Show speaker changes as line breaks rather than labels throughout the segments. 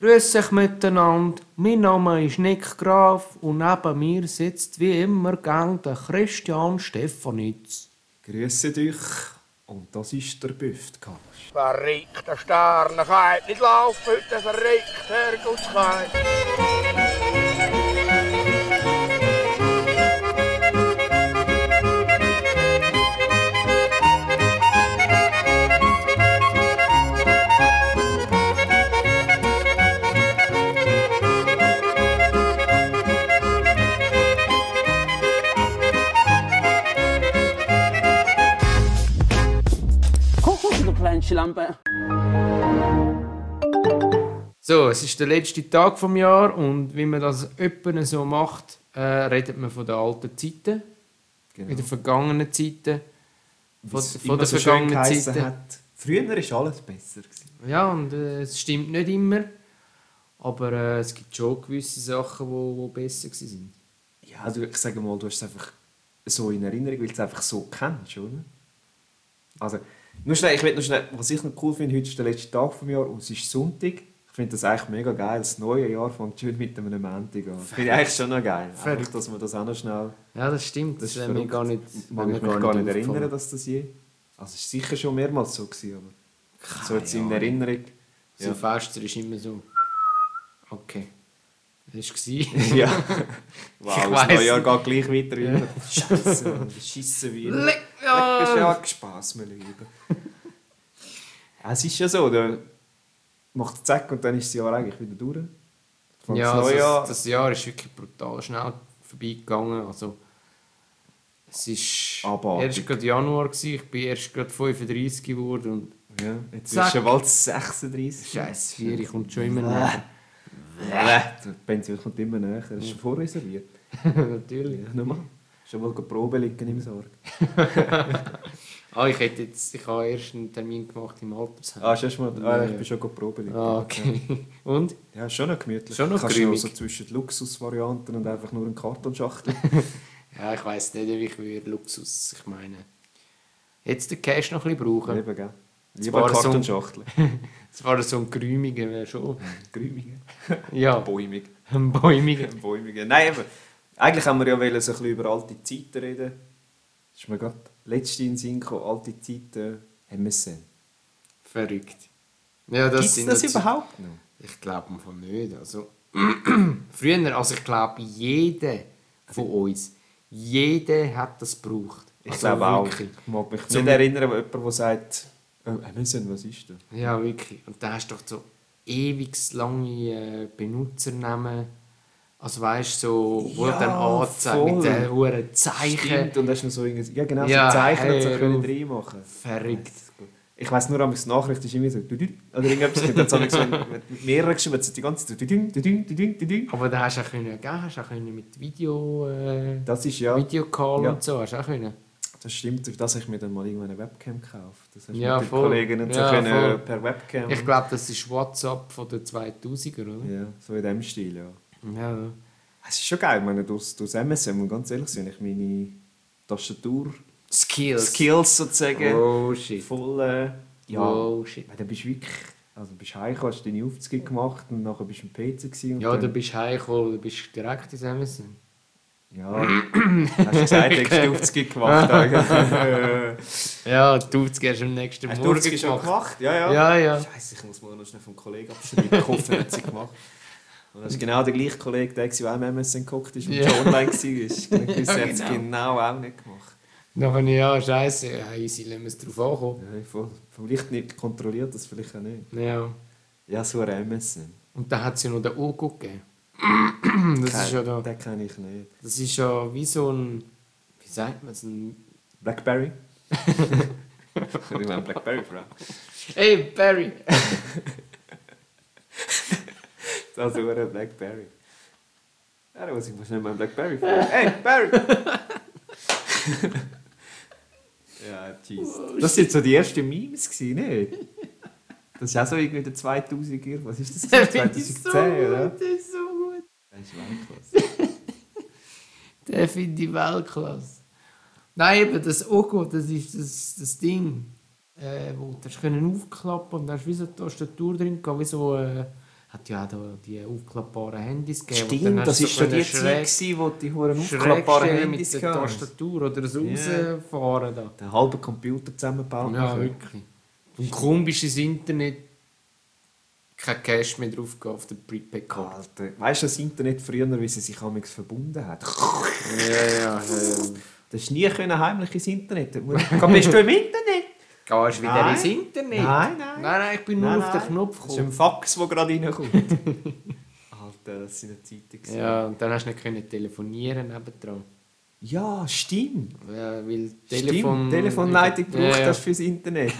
Grüß euch miteinander, mein Name ist Nick Graf und neben mir sitzt wie immer gang der Christian Stefanitz.
Grüße dich. Und das ist der Büftkampf.
Verrückter Sternenkeit, nicht laufen heute, verrückt, Herrgottskeit.
Kuckuck, du kleine Schlampe.
So, es ist der letzte Tag vom Jahr und wie man das öppen so macht, äh, redet man von den alten Zeiten, in den vergangenen Zeiten, von,
Was
von
Genau. immer
den
so schön
vergangenen
geheissen
Zeiten.
Hat. Früher war alles besser. gewesen.
Ja, und äh, es stimmt nicht immer, aber äh, es gibt schon gewisse Sachen, die wo, wo besser waren.
Ja, du, ich sage mal, du hast es einfach so in Erinnerung, weil du es einfach so kennst, oder? Also, nur schnell, ich will nur schnell, was ich noch cool finde, heute ist der letzte Tag vom Jahr und es ist Sonntag. Ich finde das eigentlich mega geil. Das neue Jahr fängt schön mit einem Montag an. Finde ich eigentlich schon noch geil. Einfach,
Verrückt.
dass man das auch noch schnell...
Ja, das stimmt.
Das
Das,
ist
wäre mir
verrückt.
gar nicht,
Mag
wäre
ich
mir
mich gar
aufgefallen.
nicht erinnern, dass das je... Also, es war sicher schon mehrmals so, gewesen, aber... So jetzt in Erinnerung...
So
Ja.
Fester ist immer so. Okay. Das war
Ja. Wow,
Ich
ich
weiss
das neue Jahr geht gleich weiter rein. Scheiße, scheiße wie. immer.
Leck mich
Das ist
an!
ja Spass, mein Lieber. Ja, es ist ja so, der macht Zack und dann ist das Jahr eigentlich wieder durch. Fängt
Ja,
das
also
neue Jahr.
das, das Jahr ist wirklich brutal schnell vorbeigegangen. Also, es ist
Abartig.
erst gerade Januar, gewesen. ich bin erst gerade 35 geworden und
ja, jetzt
Zack.
ist schon bald 36.
scheiß Vier, ich komme schon immer näher.
Die Pension kommt immer näher. Das
Mhm.
ist schon vorreserviert.
Natürlich.
Ja, nochmal. Schon mal die Probe liegen im Sorg.
Ah, ich hätte jetzt, ich habe erst einen Termin gemacht im Altersheim.
Ah, schon mal. Ah, ich
Ja.
bin schon die Probe liegen.
Ah, okay. Und?
Ja, schon noch gemütlich.
Schon noch
Kannst du
grümig.
so zwischen Luxusvarianten und einfach nur einen Kartonschachtel.
Ja, ich weiß nicht, ob ich würde Luxus, ich meine. Jetzt den Cash noch ein bisschen brauchen.
Eben, gell?
war
Lieber eine
so-
Kartonschachtel.
Das war so ein Grümiger, wäre schon.
Grümige.
Ja,
Bäumig.
ein Bäumiger.
Bäumige. Nein, eben. Eigentlich haben wir ja wollen, so ein bisschen über alte Zeiten reden. Das ist mir gerade letzte in den Sinn gekommen. Alte Zeiten MSN.
Verrückt. Ja, das sind
das
noch Zeiten-
überhaupt noch?
Ich glaube einfach nicht. Also, früher, also ich glaube, jeder von uns, jeder hat das gebraucht.
Ich
also
glaube auch.
wirklich.
Ich mag mich
Zum-
nicht erinnern, an jemand, der sagt, oh, MSN, was ist das?
Ja, wirklich. Und da hast du doch so ewig lange äh, Benutzernamen. Also weißt du, so, wo
Ja,
dann anzeigt
voll.
mit den hohen Zeichen.
Stimmt, und hast noch so irgendwas... Ja genau,
Ja,
so Zeichen und so
hey,
können
Ruf.
reinmachen.
Verrückt.
Ich weiss nur, dass die Nachricht ist immer so... dudü, Oder irgendwas. Ich habe so mit mehreren geschrieben, jetzt die ganze Zeit... dudü, dudü, dudü, dudü.
Aber da hast du auch können, gell? Hast du auch können mit Video, äh,
Das ist ja...
Videocall
Ja.
und so, hast du auch können.
Das stimmt, durch das habe ich mir dann mal irgendwann eine Webcam gekauft. Das hast du
Ja,
mit den
voll.
Kolleginnen so
Ja,
können, äh,
voll.
per Webcam.
Ich glaube, das ist WhatsApp von den 2000er, oder?
ja, so in dem Stil, ja.
Ja. ja.
Es ist schon geil, ich meine, durchs, durchs MSM, und ganz ehrlich, sind ich meine Tastatur-Skills
Skills.
sozusagen
Oh shit.
voll... Äh, ja,
Oh shit.
Weil dann bist du wirklich... Also bist du heimgekommen, hast deine Aufzüge gemacht und nachher bist du im PC gewesen. Und
Ja,
dann,
du bist heimgekommen, du bist direkt ins Amazon.
Ja, hast du gesagt, du hast die Aufzüge gemacht. eigentlich.
Ja, du hast am nächsten
hast du
Morgen
Aufzüge schon
gemacht.
gemacht? Ja, ja.
Ja, ja.
Scheiße, ich muss mal noch schnell vom Kollegen abschreiben. Ich hoffe, er hat sie gemacht. Und das ist genau der gleiche Kollege, der war, der auch im MSN geguckt ist und
Ja.
schon online war. Ich wusste, er hat es
genau.
genau auch nicht gemacht.
Nachher, ja, scheiße, ja, easy, lassen wir es drauf ankommen.
Ja, voll. vielleicht nicht kontrolliert das vielleicht auch nicht.
Ja.
Ja, so ein MSN.
Und dann hat es ja noch den Ogo gegeben. das ist ja da,
Den kenne ich nicht.
das ist ja wie so ein, wie sagt man es, ein...
Blackberry? ich meine Blackberry, Frau.
Hey, Barry!
Das ist ein Blackberry. Ja, da muss ich mal schnell meinen Blackberry fragen. Hey, Barry! ja, tschüss. Das waren so die ersten Memes, gewesen, nicht? Das ist auch so irgendwie der 2000er. Was ist das?
Der
gewesen?
finde ich
2010,
so
oder?
gut, der ist so gut.
Das ist Weltklasse.
Der finde ich Weltklasse. Nein, eben, das Ogo, das ist das, das Ding, äh, wo du hast können aufklappen und da hast wie so eine Tastatur drin, gehabt, wie so äh, hat ja auch da die aufklappbaren Handys gegeben. wo dann
Stimmt,
hast
das
du
war schon die
so können
Zeit, gewesen, wo die Huren
schräg,
aufklappbaren
schräg
Handys
mit der
hatten.
Tastatur oder das
Ja.
Rausfahren da.
Den halben Computer zusammenbauen.
Ja, wirklich. Und komisches Internet. Kein Cash mehr drauf auf der Prepaid-Card.
Alter, weißt du, das Internet früher, wie sie sich amigs verbunden hat?
Ja, ja, ja.
Das ist nie können heimlich ins Internet. Da muss- Komm, Bist du im Internet?
Gehst wieder
Nein.
ins Internet?
Nein, nein.
Nein, nein, ich bin nur
Nein,
auf den
nein.
Knopf
Das ist ein
gekommen.
Fax, der gerade reinkommt. Alter, das sind Zeiten. gewesen.
Ja, und dann hast du nicht können telefonieren nebendran.
ja, stimmt.
Ja, weil
Telefon
Telefon...
Telefonleitung
Ja,
braucht
ja.
das Ah. fürs Internet.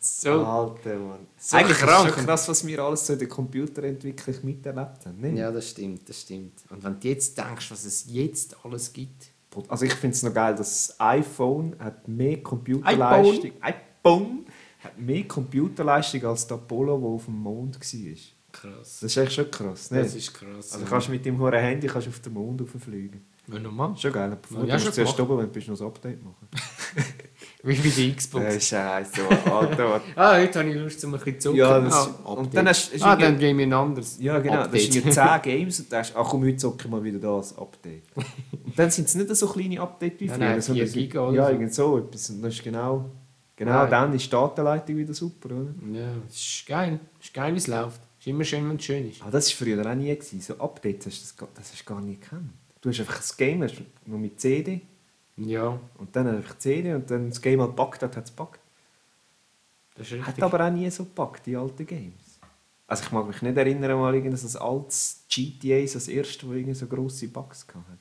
So.
Alter, Mann.
So
Eigentlich
krank.
ist es schon krass, was wir alles so in der Computerentwicklung miterlebt haben. Ne?
Ja, das stimmt, das stimmt. Und wenn du jetzt denkst, was es jetzt alles gibt...
Also ich finde es noch geil, das iPhone hat mehr Computerleistung. iPhone hat mehr Computerleistung als der Apollo, der auf dem Mond war.
Krass.
Das ist echt schon krass, ne?
Das ist krass.
also kannst du mit dem hohen Handy kannst du auf den Mond rauffliegen.
Wenn du machst.
Schon geil. Bevor
Ja,
du
schon
musst zuerst
gemacht.
oben, wenn du bist, noch ein Update machen.
Wie bei der Xbox.
Äh, Scheiße, Mann. Alter. Mann.
Ah, heute habe ich Lust, um ein bisschen zu
Ja,
zocken.
das-
Ah,
und
Update.
dann hast- hast
Ah,
du-
dann gehen wir ein anderes.
Ja, genau.
Update.
Das sind ja 10 Games und denkst, ach komm, heute zocke ich mal wieder das Update. Und dann sind es nicht so kleine Updates wie
Nein, nein,
sondern
4 Giga
so-
oder
Ja,
so.
irgend so etwas. Und dann ist genau, genau
Nein.
dann ist die Datenleitung wieder super, oder?
Ja, das ist geil. Das ist geil, wie es läuft. Ist immer schön, wenn es schön ist.
Aber Ah, das war früher auch nie. Gewesen. So Updates hast du das, gar- das hast du gar nie gekannt. Du hast einfach das Game hast nur mit CD
Ja,
und dann einfach CD und dann das Game halt gepackt hat, hat es gepackt.
das ist richtig.
Hat aber auch nie so gepackt, die alten Games. Also ich mag mich nicht erinnern, mal irgendwas als altes GTA, so das erste, wo irgendwie so grosse Bugs gehabt hat.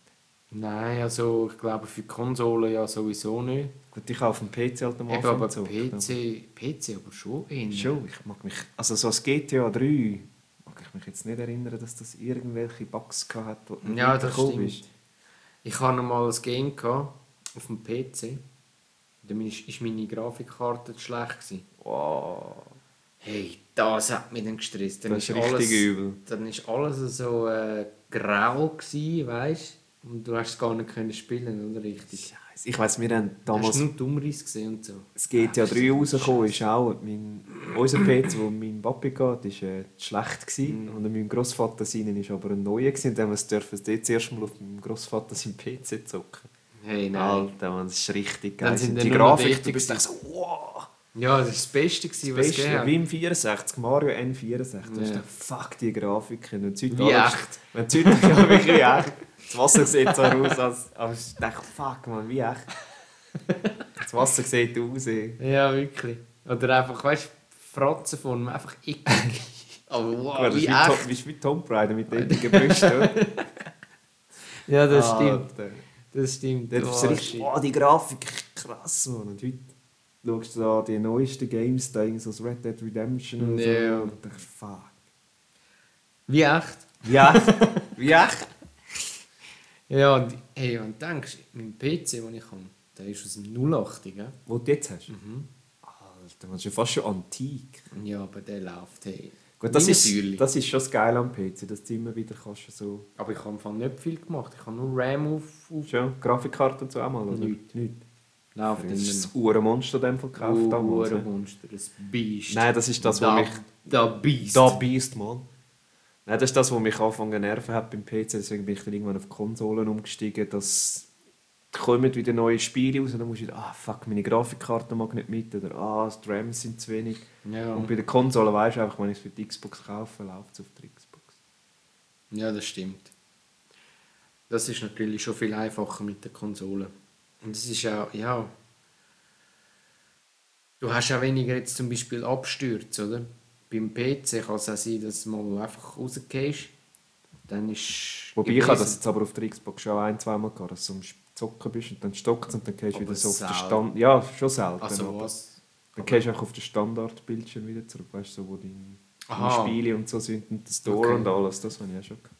Nein, also ich glaube für die Konsole ja sowieso nicht.
Gut, ich habe auf dem PC halt am
Eben, aber
gezockt,
PC, PC aber schon eher.
aber Schon, ich mag mich... Also so das GTA 3 mag ich mich jetzt nicht erinnern, dass das irgendwelche Bugs gehabt hat, wo du nicht
Ja, das
mitgekommen
stimmt. Ich hatte noch mal ein Game gehabt, auf dem PC. Da war meine Grafikkarte zu schlecht. Gewesen.
Wow.
Hey, das hat mich dann gestresst. Dann
Das ist richtig
alles,
übel.
Dann war alles so äh, grau, gewesen, weißt du? Und du hast es gar nicht können spielen, oder? Richtig.
Scheiße. Ich weiss, wir haben
Hast
damals...
du nur die Umrisse gesehen und so?
Das GTA
Ah,
3 rausgekommen ist auch... Mein, unser PC, wo mein Papi geht, war äh, schlecht. Gewesen.
Mhm.
Und mein Grossvater seinen war aber ein neuer. Gewesen. Und dann haben wir dürfen wir das erste Mal auf meinem Grossvater seinen PC zocken.
Hey, nein.
Alter, Mann, das ist richtig
Genau.
geil.
Dann sind
die
dann nur noch
Grafik,
dort
du bist
gewesen.
so... Wow.
Ja, das war das Beste, gewesen, was es
Beste,
gegeben hat.
wie im 64, Mario N64.
Ja.
Yeah. Fuck die Grafiken. Und heute
Wie
alles-
echt.
Wenn die heute ja wirklich echt. Das Wasser sieht so aus, als. Aber ich dachte, fuck man, wie echt. Das Wasser sieht aus. ey.
Ja, wirklich. Oder einfach, weißt du, Fratzen von ihm, einfach eckig. Aber wow,
Guck mal, das
Oh, wie
ist wie,
echt.
Tom, bist wie Tomb Raider mit eckigen Brüsten.
Ja, das
Ah,
stimmt.
Alter.
Das stimmt.
Dort ist es
Oh,
richtig.
shit.
Oh, die Grafik, krass man. Und heute schaust du da die neuesten Games, da irgend so das Red Dead Redemption und
Ja.
so. Und denkst, fuck.
Wie echt.
Wie echt. Wie echt.
Ja, und, hey, und denkst, mein PC, den ich habe, der ist aus dem 08, gell?
Wo du jetzt hast?
Mhm.
Alter, man ist ja fast schon antik.
Ja, aber der läuft, hey.
Gut, das,
Meine
ist,
Säule.
das ist schon das Geile am PC, dass du immer wieder kannst so...
Aber ich habe im Fall nicht viel gemacht. Ich habe nur RAM auf... auf
Schon, Grafikkarte und so einmal, oder?
Nicht.
Nicht.
läuft
Das
dann
ist
nicht.
das Uhrenmonster in dem Fall gekauft
Oh,
damals.
ein
ne?
Monster, ein Biest.
Nein, das ist das, was
da,
mich-
Da Biest.
Da Beast, Mann. Nein, das ist das, was mich angefangen zu nerven hat beim PC, deswegen bin ich dann irgendwann auf die Konsolen umgestiegen, dass... Da kommen wieder neue Spiele raus und dann musst du wieder, ah fuck, meine Grafikkarte mag nicht mit oder ah, die RAMs sind zu wenig.
Ja.
Und bei der Konsole weißt du einfach, wenn ich es für die Xbox kaufe, läuft es auf der Xbox.
Ja, das stimmt. Das ist natürlich schon viel einfacher mit der Konsole. Und es ist auch, ja. Du hast auch weniger jetzt zum Beispiel Abstürze, oder? Beim PC kann es auch sein, dass du mal einfach rausgehst. Dann ist.
Wobei ich habe das
gewesen.
jetzt aber auf der Xbox schon ein, zweimal gehabt, dass du am Zocken bist und dann stockt und dann gehst du
Aber
wieder so auf den
selten.
Stand... Ja, schon selten.
Also
aber
was?
Dann gehst du einfach auf den Standardbildschirm wieder zurück, weißt du, so, wo deine, deine
Aha.
Spiele und so sind und der Store
Okay.
und alles, das habe ich auch schon gehabt.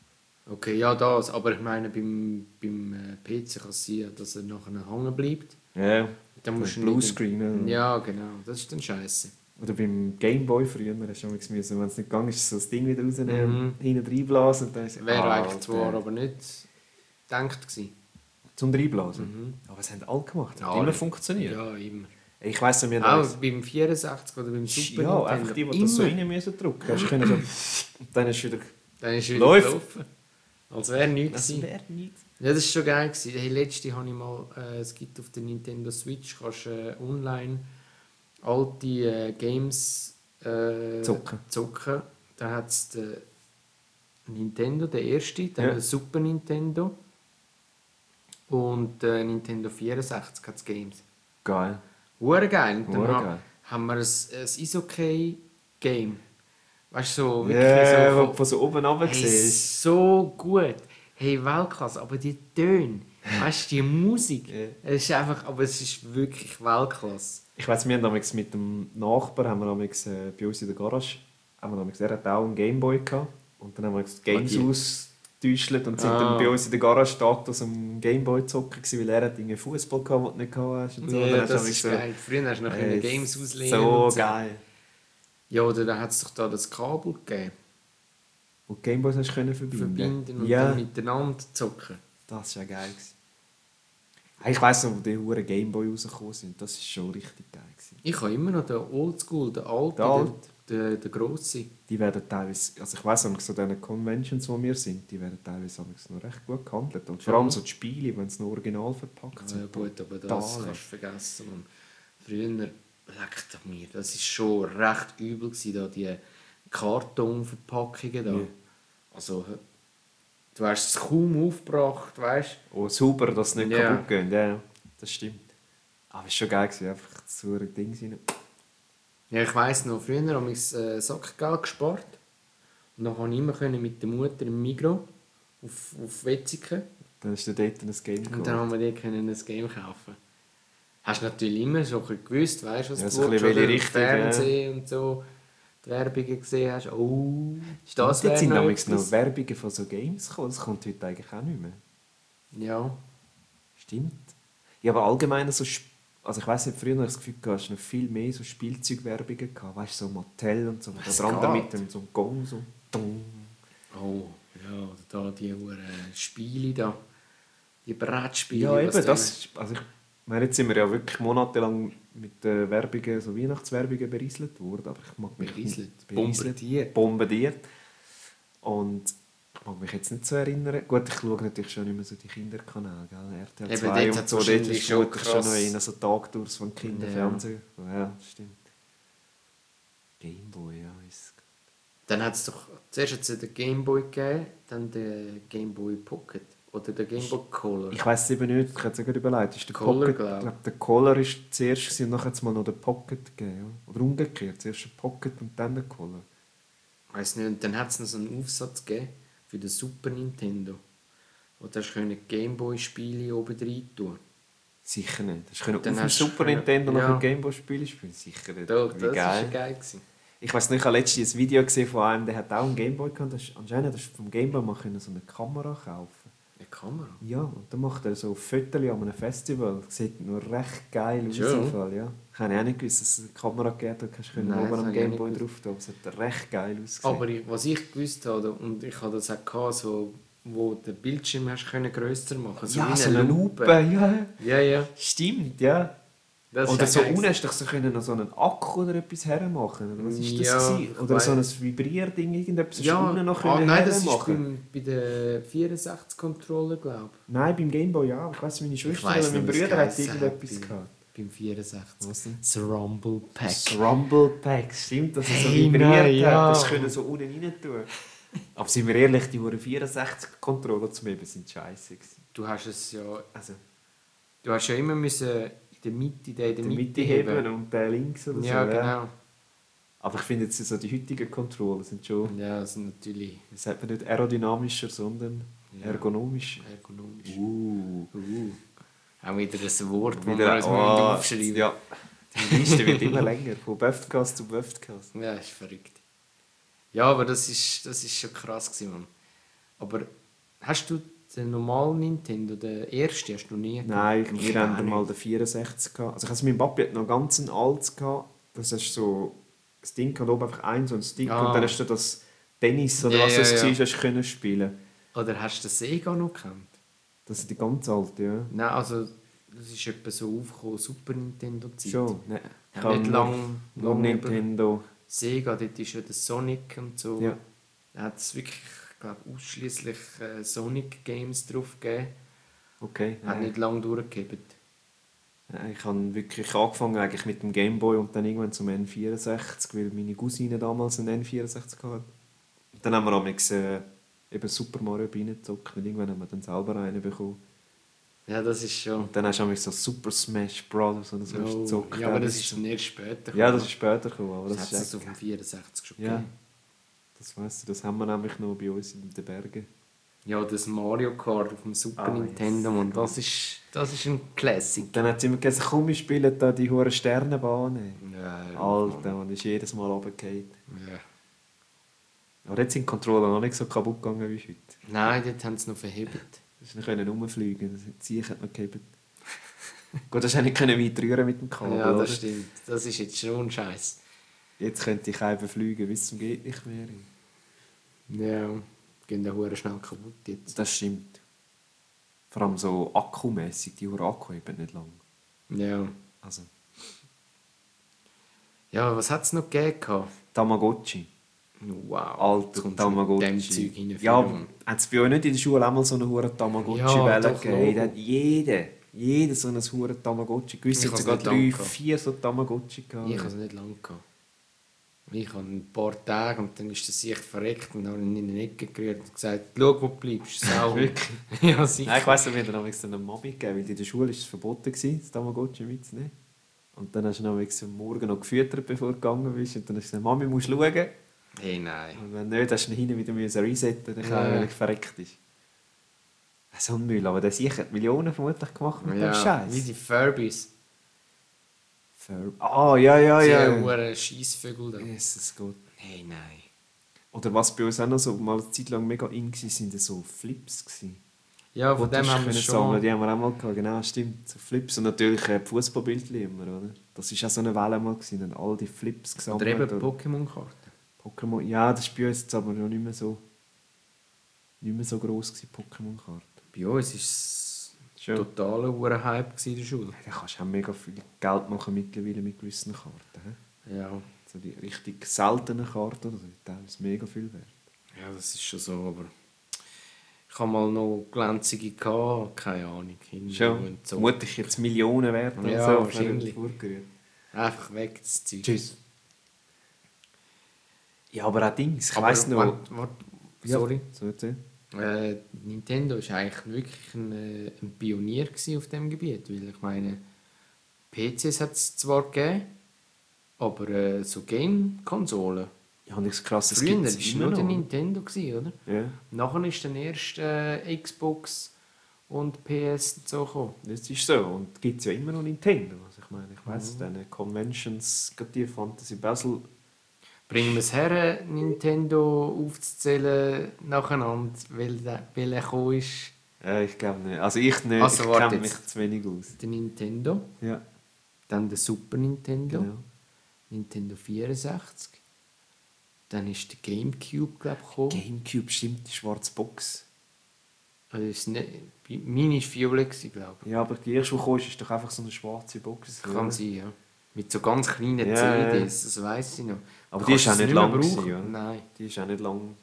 Okay, ja, das. Aber ich meine, beim, beim äh, PC kann es sein, dass er nachher hängen bleibt.
Ja,
Dann musst du
Blue
nicht-
Screen. Ja.
Ja, genau. Das ist dann scheiße.
Oder beim Gameboy früher hast du manchmal müssen, wenn es nicht gegangen ist, so das Ding wieder rausnehmen,
Mhm.
hinten reinblasen und dann ist
Wäre
Ah,
eigentlich zwar
Alter.
aber nicht gedacht gewesen.
Zum reinblasen? Aber es haben alle gemacht, hat
Mhm. Ja,
immer
alle.
funktioniert.
Ja, immer.
Ich weiss noch, wir haben
Auch
damals-
beim 64 oder beim Super
Ja,
Nintendo.
einfach die, die
Immer.
das so rein müssen drücken. Hast du können so... Und dann ist wieder...
Dann ist wieder
Läuft.
gelaufen. Als wäre nichts
Das
gewesen.
wäre nichts.
Ja, das war schon geil. Gewesen. Hey, letzte habe ich mal, äh, es gibt auf der Nintendo Switch, kannst äh, online alte äh, Games äh,
Zocken.
zocken. Da hat es den Nintendo, der erste, dann
Ja.
den Super Nintendo und äh, Nintendo 64 hat Games.
Geil.
Hure geil. Und dann
Hure
ha-
geil.
haben wir ein, ein Isokay-Game. Weißt du, so
Ja,
wirklich so
yeah,
von-
von so oben runter
Hey,
siehst.
so gut. Hey, Weltklasse, aber die Töne, weißt du, die Musik,
Ja.
es ist einfach, aber es ist wirklich Weltklasse.
Ich weiss, wir haben damals mit dem Nachbar, haben wir damals, äh, bei uns in der Garage, haben wir damals, er hat auch einen Gameboy gehabt. Und dann haben wir die Games
Ah, die.
ausgetäuscht und sind
Ah.
dann bei uns in der Garage status am Gameboy zocken gewesen, weil er hat einen Fußball gehabt, den du nicht gehabt hast. Und so. Und dann
Ja,
hast du
das
damals
ist
so,
geil. Früher hast du noch
äh,
äh, Games auslehnen.
So
und
geil.
Ja, oder dann hat es doch da das Kabel gegeben,
Und die Gameboys hast du können verbinden.
verbinden und
ja,
dann miteinander zocken.
das war ja geil. Gewesen. Ah, Ich weiss noch, wo die Huren Gameboy rausgekommen sind. Das war schon richtig geil. Gewesen.
Ich habe immer noch den Oldschool, den alten,
Der alte.
den, den, den grossen.
die werden teilweise, also ich weiss, so diesen Conventions, wo wir sind, die werden teilweise manchmal noch recht gut gehandelt. Und vor allem so die Spiele, wenn sie noch original verpackt
Ja,
sind.
Äh, gut, aber das
Totale.
kannst du vergessen. Mann. Früher, leckt an mir, das war schon recht übel, gewesen, da, die Kartonverpackungen da.
Ja.
Also, du hast es kaum aufgebracht, weißt
Oh, super, dass sie nicht
Ja.
kaputt gehen. Ja, ja, das stimmt. Aber es war schon geil, gewesen, einfach das verdammte Ding rein.
du? Ja, ich weiss noch, früher habe ich mein äh, Sackgeld gespart. Und dann konnte ich immer können mit der Mutter im Migro auf, auf Wetzigen.
Dann ist der dort ein Game
Und dann
gekommen.
haben wir dort können ein Game kaufen. Hast natürlich immer schon ein bisschen gewusst, weißt was
Ja,
du
so ein bisschen
willst,
welche
oder
Richtung,
Fernsehen und so, die Werbungen gesehen hast. Oh, ist
Das
das
dort
wäre
sind
noch
damals noch
etwas?
Werbungen von so Games gekommen. Das kommt heute eigentlich auch nicht mehr.
Ja,
Stimmt. Ja, aber allgemein so... Sp- Also ich weiss nicht, früher habe ich das Gefühl, gehabt, hast du noch viel mehr so Spielzeugwerbungen gehabt. Weißt du, so Mattel und so. Und
Was
da dran
geht?
mit dem so Gong, so... Dung.
oh, ja, oder da die Huren Spiele da, die Brettspiele.
Ja, eben,
was da-
das ist, also ich meine, jetzt sind wir ja wirklich monatelang mit äh, Werbungen, so Weihnachtswerbungen berieselt worden, aber ich mag mich
Berieselt,
bombardiert. bombardiert. Und ich mag mich jetzt nicht so erinnern. Gut, ich schaue natürlich schon immer so die Kinderkanäle, gell? RTL
Eben,
2
dort
und
hat's
so, dort
wahrscheinlich
ist
schon
gut, ist schon noch
krass.
einer so Tag durch von Kinderfernsehen. Ja. stimmt. Gameboy, ja, ist
Dann hat es doch, zuerst hat's ja den Gameboy gegeben, dann den Gameboy Pocket oder den Gameboy Color.
Ich weiß es eben nicht, ich hätte es gerade überlegt. Ist der
Color,
Pocket,
glaub.
ich glaube, der Color ist zuerst gewesen, und nachher hat es mal noch den Pocket gegeben. ja. Oder umgekehrt, zuerst den Pocket und dann den Color.
weiß nicht, und dann hat es noch so einen Aufsatz gegeben für den Super Nintendo. Wo du hast können Gameboy-Spiele oben rein tun
Sicher nicht. Hast du können auf
Dann
dem
hast du
Super
können-
Nintendo noch
ja.
ein Gameboy-Spiel spielen? Sicher nicht.
Doch,
Wie
das
geil.
war geil. Gewesen.
Ich weiß nicht, ich habe letztens ein Video gesehen von einem, der hat auch einen Gameboy gehabt. Das ist, anscheinend hast du vom Gameboy mal können so eine Kamera kaufen
Eine Kamera.
Ja, und dann macht er so Fotos an einem Festival. Sieht nur recht geil aus.
Ja.
im Fall, ja. Ich habe auch nicht gewusst, dass es eine Kamera gegeben hat. Kannst du können
Nein,
oben
das
am
habe ich auch nicht
Gameboy drauf tun. Es hat recht geil ausgesehen.
Aber ich, was ich gewusst habe, und ich habe das auch gehabt, so, wo den Bildschirm hast können grösser machen so wie
ja,
eine
so eine Lupe. Ja,
Ja, ja.
stimmt, ja.
Das
oder
ist
so
geil gewesen.
unten hast du doch so können noch so einen Akku oder etwas hermachen. Oder was ist das?
Ja,
gewesen?
ich
oder so ein
weiss.
Vibrierding, irgendetwas hast du
Ja,
unten noch
ah,
können
nein, das ist
hermachen.
beim, bei den 64-Controller, glaube
Nein, beim Gameboy ja. Ich weiss, meine
ich.
Schwester
weiss
oder mein
noch, was
Bruder hat
geheissen
irgendetwas
beim-
gehabt.
Beim 64.
Was denn?
Das Rumble Pack.
Das Rumble Pack, stimmt, dass er so
Hey,
vibriert
nein, ja.
hat. Das können so unten rein tun. Aber sind wir ehrlich, die 64-Controller zum Eben sind scheiße. gewesen.
Du hast es ja
Also,
Du hast ja immer müssen in der Mitte, den in der
die
Mitte,
Mitte heben und der links oder
Ja,
so. ja.
genau.
Aber ich finde jetzt so die heutigen Controller sind schon,
Ja, das ist natürlich
wie sagt man nicht aerodynamischer, sondern
Ja.
ergonomisch.
ergonomisch.
Uh,
Uh. Auch wieder ein Wort, das wir
wieder
uns
oh,
oh, aufschreiben
Ja, die Liste wird immer länger, von Buffcast zu Buffcast.
müssen. Ja, ist verrückt. Ja, aber das ist, das ist schon krass gewesen, Mann. Aber hast du den normalen Nintendo, den ersten, hast du nie? gehabt?
Nein, ich wir
Ich auch
hatten
nicht.
mal den 64 gehabt. Also, ich also mein Papi hat noch ganz ein altes gehabt. Das ist so das Ding und oben einfach ein so ein Stick
Ah.
und dann hast du das Tennis oder
Ja,
was
ja,
es
ja.
war, hast du können spielen.
Oder hast du den Sega noch gekannt?
Das sind die ganz alte, ja.
Nein, also Das ist etwa so aufgekommen, Super Nintendo-Zeit.
Schon. Ne,
Ja, nicht lang,
Noch
lang über
Nintendo.
Sega, dort ist ja der Sonic und so.
Ja.
Da hat es wirklich, ich glaube, ausschließlich äh, Sonic-Games drauf gegeben.
Okay.
Hat
Nein.
nicht lange durchgehebt.
Nein, Äh, Ich habe wirklich angefangen eigentlich mit dem Gameboy und dann irgendwann zum N64, weil meine Cousine damals einen N64 hatte. Und dann haben wir amigs, äh, eben Super Mario reingezockt und irgendwann haben wir dann selber einen bekommen.
Ja, das ist schon.
Und dann hast du amigs so Super Smash Brothers oder so
Oh,
gezockt.
ja, aber das
ist
ist
so-
dann erst später.
Ja, das ist später gekommen, aber
das
das,
hat
ist
es auf
echt...
dem 64 schon
Ja,
gegeben.
das weiss ich, das haben wir nämlich noch bei uns in den Bergen.
Ja, das Mario Kart auf dem Super
Ah, yes.
Nintendo, und das ist, das ist ein Classic.
Dann hat sie immer gesagt, komm, wir spielen da die hohen Sternenbahnen.
Ja,
Alter, man ist jedes Mal runtergefallen.
Ja.
Aber jetzt sind die Controller noch nicht so kaputt gegangen wie heute.
Nein, dort haben sie noch verhebt.
Sie können rumfliegen, das Ziehen hat noch gegeben. Gut, das hätte ich nicht weit rühren mit dem Kabel.
ja,
oder?
das stimmt. Das ist jetzt schon ein Scheiß.
Jetzt könnte ich einfach fliegen, bis zum geht nicht mehr.
Ja, gehen dann hure schnell kaputt jetzt.
Das stimmt. Vor allem so akkumässig, die Uhr Akku eben nicht lang.
Ja.
Also,
Ja, was hat es noch gegeben? gehabt?
Tamagotchi.
Wow.
Alter,
jetzt kommst du mit
Tamagotchi.
Dem Zeug hinein.
ja, hat es bei euch nicht in der Schule einmal so eine hure
Ja,
Tamagotchi-Welle
doch,
gegeben?
Logo.
Hat jeder, jeder so eine hure Tamagotchi. Gewisse
Ich
haben
hab
sogar
grad lang
drei,
gehabt.
vier so Tamagotchi gehabt.
Ich habe es nicht lange gehabt. Ich habe ein paar Tage und dann ist das sich verreckt und habe ihn in den Ecke gerührt und gesagt, schau, wo du bleibst, Sau.
Wirklich?
ja, sicher.
Nein, ich weiss nicht, wir haben dann damals eine Mami gegeben, weil in der Schule war es verboten, gewesen, das Tamagotchi mitzunehmen. Und dann hast du damals am Morgen noch gefüttert, bevor du gegangen bist. Und dann hast du gesagt, Mami, musst schauen. Und
Hey, nein.
wenn nicht, hast du ihn hinten wieder müssen resetten müssen,
Ja.
weil er verreckt ist. So ein Müll, aber der sicher hat Millionen vermutlich gemacht mit dem
Ja, wie
Scheiß.
die Furbies.
Ah, ja, ja,
Die
ja.
hure Scheissvögel da.
Jesus Gott.
Hey, nein.
Oder was bei uns auch noch so mal eine Zeit lang mega in war, sind so Flips. Gewesen.
Ja,
Wo
von dem haben wir schon.
Sammeln. Die haben wir auch mal gehabt, genau, stimmt. So Flips und natürlich äh, die Fußballbildchen immer, oder? Das war auch so eine Welle mal, gewesen, dann all die Flips gesammelt.
Oder eben
oder
Pokémon-Karten.
Pokémon. Ja, das ist bei uns jetzt aber noch nicht mehr so, nicht mehr so gross, gewesen, Pokémon-Karte.
Bei uns war es
Schön.
total ein hoher Hype gewesen in der Schule.
Da kannst du auch mega viel Geld machen mittlerweile mit gewissen Karten. He?
Ja.
So die richtig seltenen Karten, oder so, die teilweise mega viel wert.
ja, das ist schon so, aber ich habe mal noch glänzige gehabt, keine Ahnung. Hinten
Schon.
und so.
Vermutlich jetzt Millionen wert. oder
Ja,
so,
wahrscheinlich.
Vorgerührt.
Einfach weg, das Zeug.
Tschüss. Ja, aber auch Dings. Ich
Aber
weiss noch.
warte, warte, sorry.
So erzähl.
Äh, Nintendo war eigentlich wirklich ein, äh, ein Pionier gewesen auf dem Gebiet, weil ich meine, PCs hat es zwar gegeben, aber äh, so Game-Konsolen.
Ja, und ich das krasse
Früher
gibt's
war nur der Nintendo, gewesen, oder?
Ja,
Nachher ist dann erst äh, Xbox und PS und so gekommen.
das ist so. Und gibt es ja immer noch Nintendo. Also ich meine, ich
Mhm.
weiss, deine Conventions, gerade die Fantasy Basel.
Bringen wir es her, äh, Nintendo aufzuzählen nacheinander, weil der, weil er gekommen ist.
Äh, ich glaube nicht. Also ich nicht.
Also,
ich
warte
kenne
jetzt.
mich zu wenig aus.
Der Nintendo,
Ja,
dann der Super Nintendo,
genau.
Nintendo 64. Dann ist der Gamecube, glaube ich, gekommen.
Gamecube stimmt, die schwarze Box.
Also ist nicht, meine war Violet, glaube ich.
Ja, aber die erste, die kam, ist doch einfach so eine schwarze Box.
Kann sein, ja. Mit so ganz kleinen
Ja, ja, ja.
CDs, das weiss ich noch.
Aber
Du
die ist
kannst
auch
es
nicht
mehr
lang gewesen,
brauchen.
ja.
Nein.
Die ist auch nicht lang.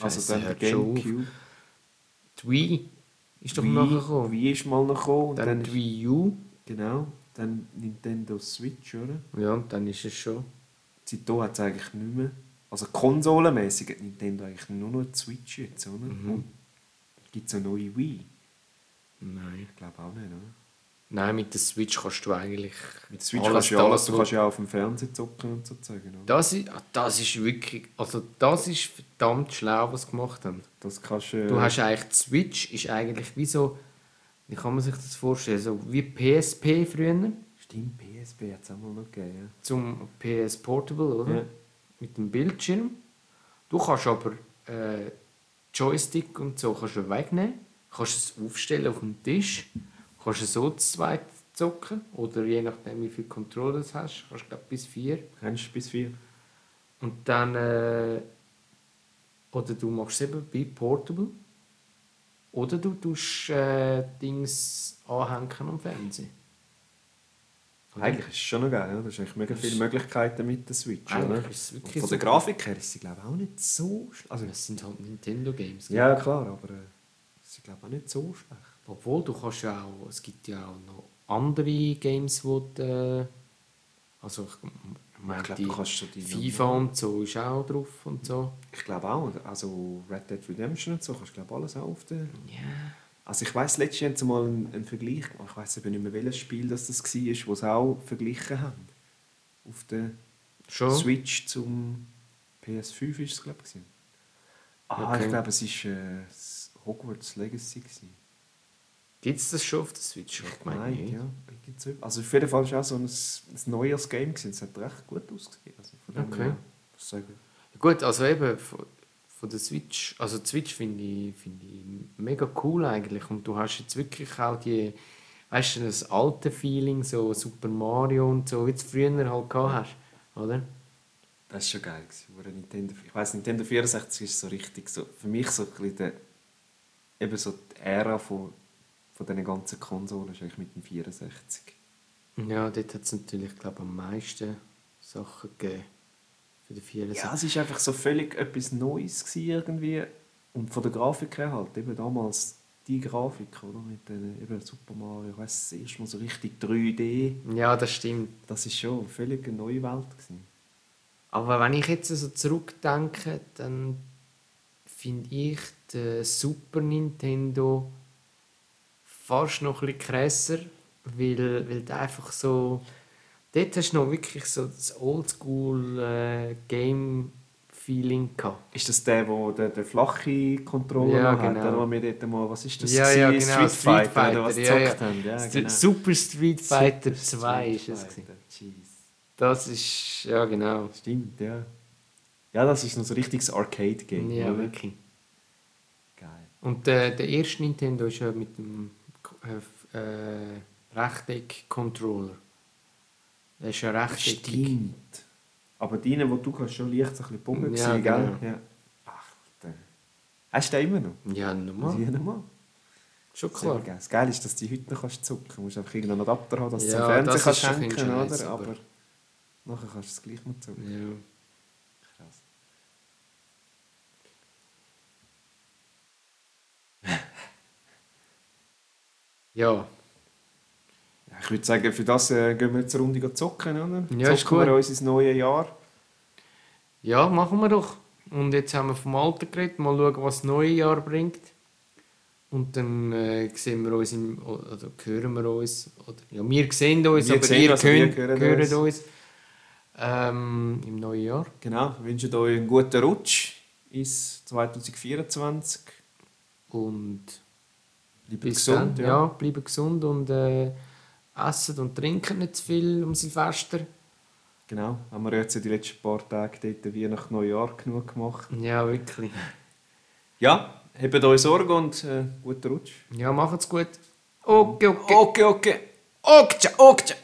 Also
Scheisse,
der
hört schon auf. Die Wii ist doch
Wii-
nachher gekommen.
Wii ist mal noch gekommen. und
Dann die Wii U.
Genau, dann Nintendo Switch, oder?
Ja, und dann ist es schon.
Seitdem hat es eigentlich nicht mehr. Also konsolenmäßig hat Nintendo eigentlich nur noch die Switch jetzt, oder?
Mhm.
Und gibt es eine neue Wii?
Nein.
Ich glaube auch nicht, oder?
Nein, mit der Switch kannst du eigentlich.
Mit der Switch
alles-
kannst du ja alles,
alles-
du kannst ja auch auf dem Fernseher zocken und so zeigen, oder?
Das ist, ah, das ist wirklich. Also, das ist verdammt schlau, was sie gemacht haben.
Das kannst äh,
Du hast eigentlich. Die Switch ist eigentlich wie so. Wie kann man sich das vorstellen? So wie PSP früher.
Stimmt, PSP hat es auch mal noch gegeben,
zum PS Portable, oder?
Ja.
Mit dem Bildschirm. Du kannst aber äh, Joystick und so kannst du wegnehmen, kannst es aufstellen auf dem Tisch, kannst es so zu zweit zocken oder je nachdem wie viel Controller du hast, kannst du glaub, bis vier.
ja. Kennst du bis vier?
Mhm. Und dann äh, oder du machst es eben wie Portable Oder du tust äh, Dings anhängen am Fernsehen.
Eigentlich ist es schon noch geil, oder? Du hast eigentlich mega viele Möglichkeiten mit der Switch,
Eigentlich
oder?
ist es
Und
wirklich
von der
super.
Grafik her ist sie, glaube ich, auch nicht so schlecht. Also,
Das sind halt Nintendo-Games. gell?
ja, klar, aber äh, sie, glaube ich, auch nicht so schlecht.
Obwohl, du kannst ja auch, es gibt ja auch noch andere Games, wo du, äh, also ich, ich meine,
Ich glaub,
die
du kannst so die-
FIFA und so ist auch drauf und so.
Ich glaube auch, und also Red Dead Redemption und so kannst du, glaube ich, alles auch auf der...
Ja.
Also ich weiß letztens haben sie mal einen, einen Vergleich gemacht. Ich weiß aber nicht mehr, welches Spiel das, das war, wo sie auch verglichen haben. Auf der
Schon?
Switch zum PS5 ist es, glaube ich. gewesen. Ah,
Okay.
ich glaube, es war äh, das Hogwarts Legacy. Gewesen.
Gibt es das schon auf der Switch? Ich meine
Nein,
nicht.
ja. irgend so etwas. Also auf jeden Fall war es auch so ein, ein neues Game. gewesen. Es hat recht gut ausgesehen. Also von dem
Okay.
her, was soll ich-
Gut, also eben von, von der Switch, also die Switch finde ich, finde ich mega cool eigentlich und du hast jetzt wirklich auch die, weißt du, das alte Feeling, so Super Mario und so, wie du es früher halt gehabt hast, oder?
Das war schon geil. Gewesen, wo der Nintendo, ich weiß Nintendo 64 ist so richtig so, für mich so ein bisschen der, eben so die Ära von, von diesen ganzen Konsolen ist eigentlich mit dem 64.
Ja, dort hat es natürlich, glaube am meisten Sachen gegeben. Für die 64.
Ja, es ist einfach so völlig etwas Neues gewesen irgendwie. Und von der Grafik her halt, eben damals die Grafik, oder? Mit den, eben Super Mario, ich weiss, das erste Mal so richtig 3D.
ja, das stimmt.
Das ist schon völlig eine neue Welt gewesen.
Aber wenn ich jetzt so zurückdenke, dann finde ich den Super Nintendo fast noch ein bisschen krasser, weil, weil der einfach so... Dort hast du noch wirklich so das Oldschool-Game-Feeling gehabt.
Ist das der, wo der, der flache Controller
Ja,
noch hat?
genau.
Der, wo wir dort mal, was ist das?
Ja,
gewesen?
ja, genau,
Street Fighter, oder was
ja, ja.
gezockt haben. Ja,
St-
genau.
Super Street Fighter
Super
2 ist
Street
es.
Fighter.
gewesen.
Jeez.
Das ist... ja genau.
Stimmt, ja. Ja, das ist noch so ein richtiges Arcade-Game.
Ja,
oder?
wirklich.
Geil.
Und der, der erste Nintendo ist ja mit dem K- äh, äh, Rechteck-Controller. Der ist ja rechteckig.
Stimmt. Aber deine, wo du hast, schon leicht so ein bisschen Bombe
Ja,
ja, gell?
genau.
Ja. Ach, der. Hast du den immer noch?
Ja,
Die
nochmal.
nochmal?
Schon
Sehr
klar.
geil. Das Geile ist, dass du die heute noch kannst zucken kannst. Du musst einfach irgendeinen Adapter haben, dass du
Ja,
zum Fernsehen
das
kannst
ist ein bisschen
schenken
scheiss,
oder?
aber-
Aber nachher kannst du es gleich mal zucken.
Ja.
Krass.
ja.
Ja, ich würde sagen, für das äh, gehen wir jetzt eine Runde zocken, oder?
Ja, ist
zocken
gut.
wir uns ins neue Jahr.
Ja, machen wir doch. Und jetzt haben wir vom Alter geredet. Mal schauen, was das neue Jahr bringt. Und dann äh, sehen wir uns, im, oder hören wir uns. Oder, ja, wir sehen uns,
Wir
aber
sehen
ihr
uns, aber ihr
könnt,
hören
hört
uns.
uns. ähm, Im neuen Jahr.
Genau, wir wünschen euch einen guten Rutsch ins 2024.
Und...
Bleibt
Bis
gesund,
dann, ja.
ja.
bleiben gesund und äh, essen und trinken nicht zu viel um Silvester.
Genau, haben wir jetzt ja die letzten paar Tage dort wie nach Neujahr genug gemacht.
Ja, wirklich.
Ja, habt euch Sorge und äh, guten Rutsch.
Ja, macht's gut. Okay, okay.
Okay, okay. Okay, okay.